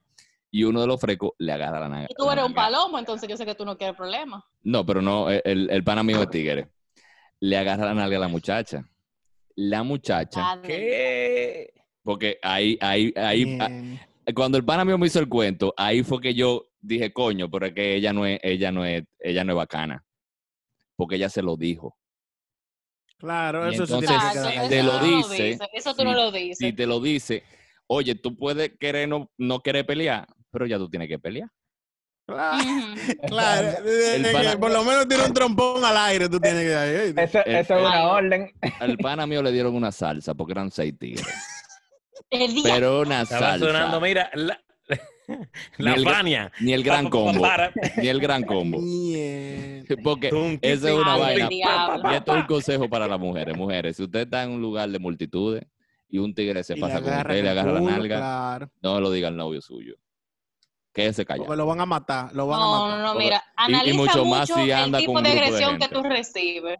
S3: Y uno de los frecos le agarra la naga.
S5: Y tú eres
S3: la
S5: un
S3: naga.
S5: palomo, entonces yo sé que tú no quieres problemas.
S3: No, pero no, eh, el, el pan amigo de Tigre. Le agarra la nalga a la muchacha. La muchacha,
S5: Nadie.
S7: ¿Qué?
S3: porque ahí, ahí, ahí, ah, a-
S6: Bien.
S3: cuando el pana mío me hizo el cuento, ahí fue que yo dije, coño, pero es que ella no es, ella no es, ella no es bacana. Porque ella se lo dijo.
S6: Claro,
S3: Y
S6: eso se
S3: entonces,
S6: tiene
S5: Ah,
S6: que
S5: eso-
S6: quedar.
S5: eso
S3: te
S5: tú
S3: lo
S5: no
S3: dice,
S5: dices, Eso tú
S3: si-
S5: no lo
S3: Si
S5: dices.
S3: te lo dice, oye, tú puedes querer no, no querer pelear, pero ya tú tienes que pelear.
S6: Claro,
S5: Ujú.
S6: claro. Eh, eh,
S3: pana-
S6: Por lo menos tiene un trompón al aire, tú tienes que ahí, ahí.
S4: Eso,
S7: Eh,
S4: eso es una orden.
S3: Al pana mío le dieron una salsa porque eran seis tigres.
S5: El día.
S3: Pero una
S7: Estaba
S3: salsa.
S7: sonando, mira, la, la
S3: Ni el-
S7: Fania.
S3: Ni el gran
S7: Pa, pa, pa,
S3: combo.
S7: para.
S3: Ni el gran combo.
S6: Bien.
S3: Porque
S7: Tum,
S3: esa es una
S5: Ay,
S3: vaina.
S5: diablo.
S3: Y esto es un consejo para las mujeres. Mujeres, si usted está en un lugar de multitudes y un tigre se
S6: Y
S3: pasa con usted y
S6: el
S3: le agarra la
S6: culo,
S3: nalga,
S6: Claro,
S3: no lo diga el novio suyo. Quédese
S6: porque
S3: callado.
S6: lo van a matar, lo van a
S5: No, no,
S6: matar.
S5: no, mira.
S3: Y- y
S5: Analiza
S3: mucho
S5: mucho,
S3: más si anda
S5: el tipo
S3: con un
S5: de
S3: grupo de
S5: agresión que
S3: gente.
S5: tú recibes.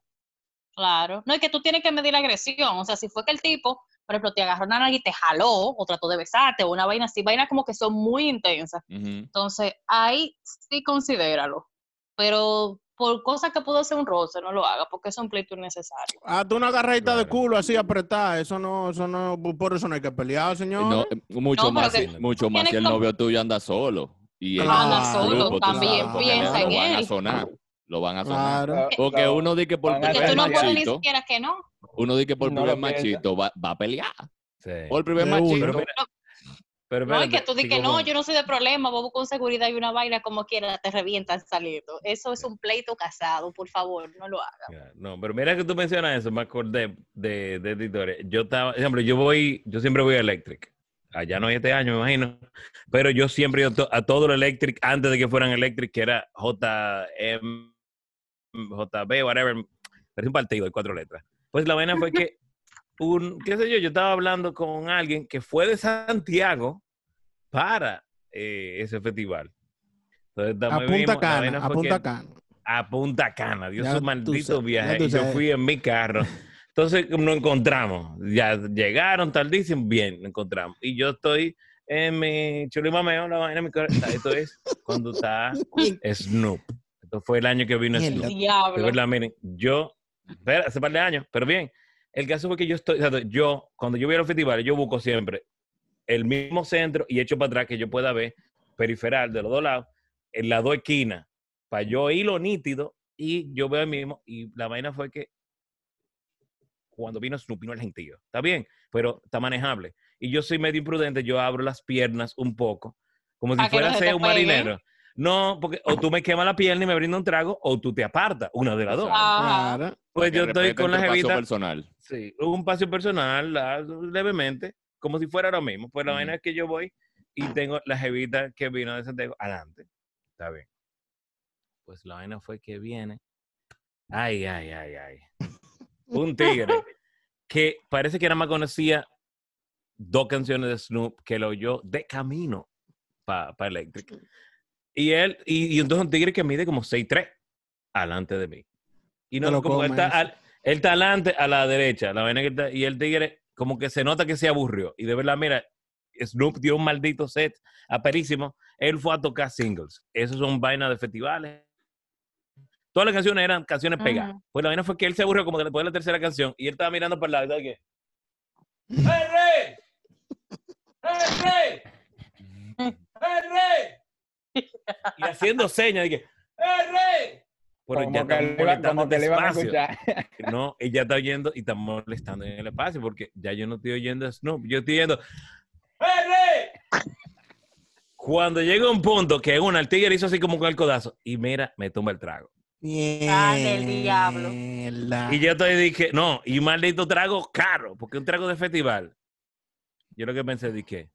S5: Claro. No, es que tú tienes que medir la agresión. O sea, si fue que el tipo, por ejemplo, te agarró una nalga y te jaló, o trató de besarte, o una vaina así, vainas como que son muy intensas.
S3: Ujú.
S5: Entonces, ahí sí considéralo. Pero por cosas que pudo ser un roce, no lo haga, porque es un pleito innecesario.
S6: Ah, tú una agarradita de
S7: Claro.
S6: culo así apretada, eso no, eso no, por eso no hay que pelear, señor.
S3: No, eh, mucho
S5: No, pero
S3: más,
S5: que
S3: si-
S7: tú
S3: mucho más
S5: tienes
S3: si el
S5: como-
S3: novio tuyo anda solo. Y
S6: Ah,
S3: en
S6: anda
S3: un
S6: solo,
S3: tú
S6: también,
S3: sabes, porque
S6: piensa
S3: lo
S6: en
S3: van a
S5: él.
S3: sonar. Lo van a sonar.
S6: Claro.
S3: Porque uno di que por
S4: van a
S5: Porque
S3: primer
S5: tú no puedes ni
S3: machito,
S5: siquiera que no.
S3: uno di que por
S4: No
S3: primer
S4: lo piensa.
S3: machito va, va a pelear.
S7: Sí.
S3: Por primer
S6: De uno.
S3: machito.
S7: Pero
S5: No, es que
S7: espérate,
S5: tú dices que
S7: Chico
S5: no,
S7: Bon,
S5: yo no soy de problema, vos con seguridad y una vaina como quiera, te revientan saliendo. Eso es un pleito casado, por favor, no lo hagas.
S7: Ya, No, pero mira que tú mencionas eso, me acordé de, de editores. Yo estaba, por ejemplo, yo voy, yo siempre voy a Electric. Allá no hay este año, me imagino. Pero yo siempre iba to- a todo lo Electric, antes de que fueran Electric, que era JM, JB, whatever. Era un partido de cuatro letras. Pues la vaina fue que, un, qué sé yo, yo estaba hablando con alguien que fue de Santiago para eh, ese festival. Entonces, estamos- vimos,
S6: Apunta
S7: la
S6: cana,
S7: vaina fue que-
S6: apunta cana.
S7: a Punta Cana. Dios
S6: Ya
S7: su
S6: tú
S7: maldito
S6: sabes, ya
S7: viaje.
S6: tú
S7: Y yo
S6: sabes.
S7: fui en mi carro. Entonces nos encontramos. Ya llegaron tardísimo. Bien, nos encontramos. Y yo estoy en mi chulimameo, la vaina en mi carro. Esto es cuando está Snoop. Esto fue el año que vino
S6: Mierda.
S7: Snoop. De
S5: Diablo.
S7: verdad, miren, yo, espera, hace par de años, pero bien, el caso fue que yo estoy, o sea, yo, cuando yo voy a los festivales, yo busco siempre el mismo centro y echo para atrás que yo pueda ver periferal de los dos lados, en las dos esquinas, para yo ir lo nítido y yo veo el mismo. Y la vaina fue que cuando vino Snoop, vino el gentío. Está bien, pero está manejable. Y yo soy medio imprudente, yo abro las piernas un poco, como si
S5: Pa' que
S7: fuera
S5: no
S7: a
S5: se
S7: ser
S5: te
S7: un
S5: pegue.
S7: marinero. No, porque o tú me quemas la pierna y me brindas un trago, o tú te apartas, una de las dos.
S3: Exacto.
S5: Ajá.
S6: Claro.
S7: Pues yo
S3: Que
S7: estoy
S3: respeten
S7: con
S3: tu
S7: la
S3: espacio
S7: jevita,
S3: personal.
S7: sí, un paseo personal, la- levemente, como si fuera ahora mismo. Pues la
S3: Ujú.
S7: vaina es que yo voy y tengo la jevita que vino de Santiago adelante. Está bien. Pues la vaina fue que viene. Ay, ay, ay, ay. Un tigre que parece que nada más conocía dos canciones de Snoop que lo oyó de camino para Electric. Y él, y, y entonces un tigre que mide como 6'3 adelante de mí. Y no,
S6: Te lo
S7: como él está,
S6: comes.
S7: al- él está adelante a la derecha, la vaina que está- y el tigre como que se nota que se aburrió. Y de verdad, mira, Snoop dio un maldito set aperísimo. Él fue a tocar singles. Esos son vainas de festivales. Todas las canciones eran canciones pegadas.
S5: Ujú.
S7: Pues la vaina fue que él se aburrió como que después de la tercera canción y él estaba mirando para el lado y estaba que, ¡Hey, rey! ¡Hey, rey! ¡Hey, rey! Y haciendo señas de que, ¡Hey, rey! Pero ya
S4: Como
S7: está
S4: que le iba-
S7: molestando
S4: como que le iban a
S7: espacio.
S4: escuchar.
S7: No, ella está oyendo y está molestando en el espacio porque ya yo no estoy oyendo a Snoop, yo estoy oyendo. ¡Henry! Cuando llega un punto que una, el tigre hizo así como con el codazo y mira, me tumba el trago.
S5: Ah, del diablo.
S6: Mierda.
S7: Y yo te dije, no, y un maldito trago caro, porque un trago de festival. Yo lo que pensé, dije,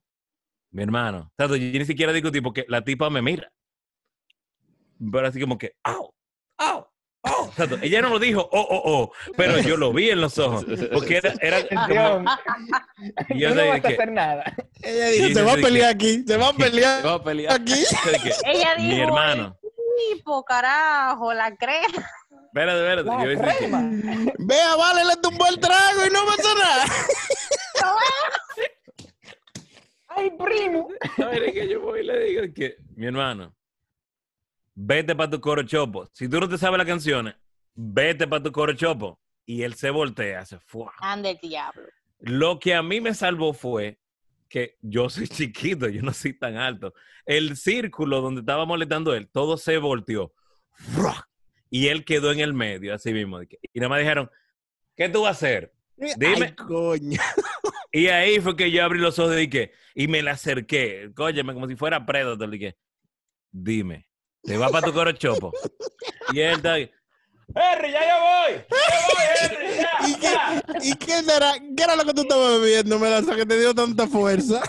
S7: mi hermano, tanto, yo ni siquiera discutí porque la tipa me mira. Pero así como que, ¡au! ¡au! ¡au! Tanto, ella no lo dijo, oh, oh, oh, pero yo lo vi en los ojos. Porque era, era como-
S4: Dios,
S7: Y
S4: tú
S7: yo te
S4: Ah, no vas a
S7: dije,
S4: hacer nada.
S6: Ella dijo,
S7: Sí,
S6: se
S7: sí,
S6: va a
S7: sí,
S6: pelear aquí, se va a
S3: Te
S6: pelear
S3: vas a pelear.
S6: aquí.
S7: yo dije,
S5: Ella dijo,
S7: mi hermano,
S5: tipo, carajo, la crema.
S7: espérate, espérate.
S4: La
S7: Yo dije, que-
S4: crema.
S6: Vea, vale, le tumbó el trago y no pasa nada.
S4: Ay, primo.
S7: No, mire que yo voy y le digo que, mi hermano, vete para tu coro chopo. Si tú no te sabes las canciones, vete para tu coro chopo. Y él se voltea, se fue.
S5: Ande el diablo.
S7: Lo que a mí me salvó fue que yo soy chiquito, yo no soy tan alto. El círculo donde estaba molestando él, todo se volteó. ¡Fua! Y él quedó en el medio, así mismo. de que- Y nada más dijeron, ¿qué tú vas a hacer? Dime.
S6: Ay, coño.
S7: Y ahí fue que yo abrí los ojos y dije, y me la acerqué, cóyeme, como si fuera Predator, dije, dime, ¿te vas para tu coro chopo? Y él está ahí, Henry, ya yo voy, ya voy, Henry,
S6: ¿Y
S7: ya,
S6: qué,
S7: ya".
S6: ¿Y qué era? ¿Qué era lo que tú estabas bebiendo, Melaza, que te dio tanta fuerza?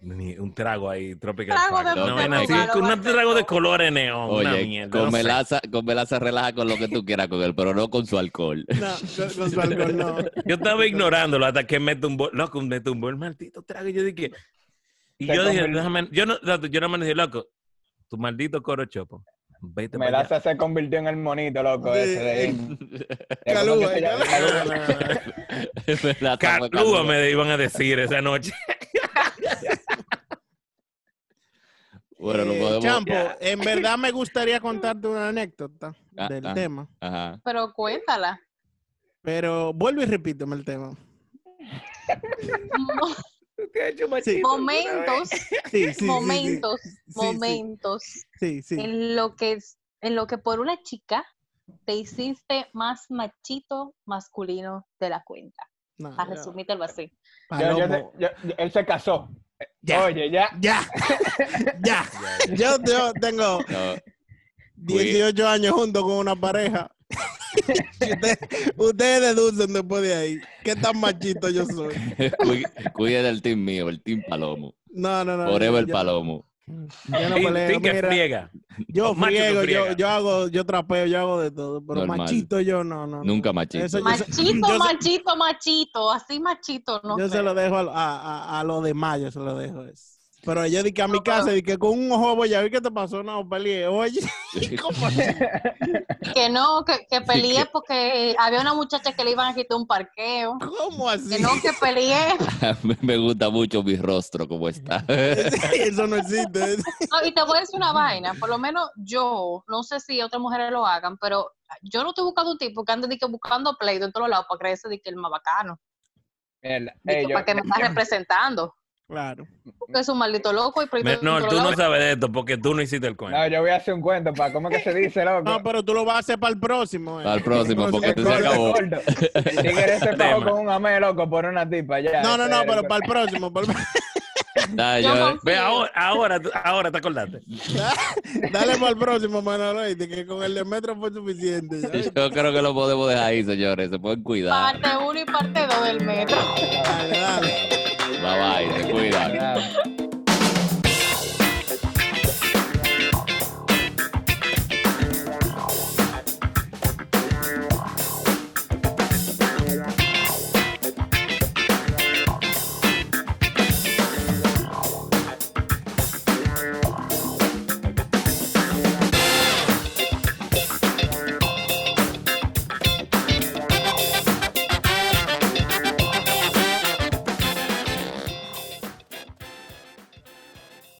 S7: Ni un trago ahí, tropical.
S5: Trago
S7: Fire,
S5: de
S7: una
S3: Coca-Cola,
S7: vaina así,
S5: Coca-Cola,
S7: con un
S5: Coca-Cola.
S7: trago de colores neón, una
S3: Oye,
S7: mierda, no
S3: con
S7: sé.
S3: melaza, con melaza relaja con lo que tú quieras con él, pero no con su alcohol.
S6: No, con, con su alcohol no.
S7: Yo estaba ignorándolo hasta que me tumbó, loco, me tumbó el maldito trago. y Yo dije, y
S4: Te
S7: yo dije,
S4: convirtió-
S7: déjame, yo no, yo no me dije, loco, tu maldito coro chopo, vete para allá.
S4: Melaza se convirtió en el monito, loco,
S6: Sí,
S4: ese de
S6: eh,
S4: de-
S6: Calúa,
S4: ¿cómo que se llama?
S6: Calúa.
S3: Melaza fue
S7: Calúa
S3: calúa.
S7: me iban a decir esa noche.
S3: Bueno, no
S6: Eh,
S3: podemos.
S6: Champo, en verdad me gustaría contarte una anécdota
S3: Ah,
S6: del
S3: ah.
S6: tema.
S3: Ajá.
S5: Pero cuéntala.
S6: Pero vuelvo y repíteme el tema.
S5: Mo-
S6: Sí,
S5: Momentos,
S6: sí, sí, sí, sí.
S5: momentos,
S6: Sí, sí,
S5: momentos
S6: Sí, sí.
S5: en lo que es- en lo que por una chica te hiciste más machito masculino de la cuenta.
S6: No,
S5: A
S6: ya.
S5: resumirte algo así.
S4: Yo- yo-
S6: Palomo.
S4: yo- yo- Él se casó.
S6: Ya.
S4: Oye, ya.
S6: Ya, ya. Yo, yo tengo
S3: No,
S6: 18 años junto con una pareja. Y ustedes, ustedes deducen después de ahí qué tan machito yo soy.
S3: cu- cuida del team mío, el team Palomo.
S6: No, no, no.
S3: Forever
S6: yo-
S3: Palomo.
S6: yo no
S7: Y
S6: peleo,
S7: tú que
S6: mira,
S7: friega.
S6: yo
S7: Los machos tú
S6: friego, yo,
S7: friegas.
S6: yo hago, yo trapeo, yo hago de todo, pero
S3: Normal.
S6: machito yo no, no. no.
S3: Nunca machito.
S6: Eso yo se-
S5: Machito,
S6: yo se-
S5: machito, machito, así machito, no.
S6: Yo se
S5: creo.
S6: lo dejo a, a, a, a los demás, yo se lo dejo eso. Pero yo dije a mi
S5: No, pero-
S6: casa, dije con un ojo voy a ver qué te pasó, no, peleé. Oye, ¿cómo así?
S5: Que no, que, que peleé
S3: que-
S5: porque había una muchacha que le iban a quitar un parqueo.
S6: ¿Cómo así?
S5: Que no, que peleé.
S3: Me gusta mucho mi rostro, como está.
S6: Eso no existe.
S5: No, y te voy a decir una vaina, por lo menos yo, no sé si otras mujeres lo hagan, pero yo no estoy buscando un tipo que ande de que buscando pleito en todos lados para creerse de que el más bacano,
S4: Mierda.
S5: de
S4: Ey,
S5: que
S4: yo-
S5: para que me está representando.
S6: Claro.
S5: Porque es un maldito loco y primero-
S7: No, tú
S5: controlador.
S7: no sabes de esto porque tú no hiciste el cuento.
S4: No, yo voy a hacer un cuento para cómo es que se dice, loco.
S6: No, pero tú lo vas a hacer para el próximo. eh.
S3: Para el próximo, porque
S4: Es
S3: este se
S4: corto,
S3: acabó.
S4: es corto. El tigre se pagó
S7: Tema.
S4: con un amé loco por una tipa ya.
S6: No, no,
S4: Ese
S6: no,
S4: era
S6: pero
S4: el-
S6: para el próximo. para el-
S3: Ya,
S5: Yo
S3: yo-
S5: confío.
S7: Ve, ahora, ahora, tú- ahora te acordaste.
S6: Dale para el próximo, Manolo. y Que con el de metro fue suficiente. ya.
S3: yo creo que lo podemos dejar ahí, señores. Se pueden cuidar.
S5: Parte 1 y parte 2 del metro.
S6: Dale, dale.
S3: Bye bye, se cuidan.
S4: Ah,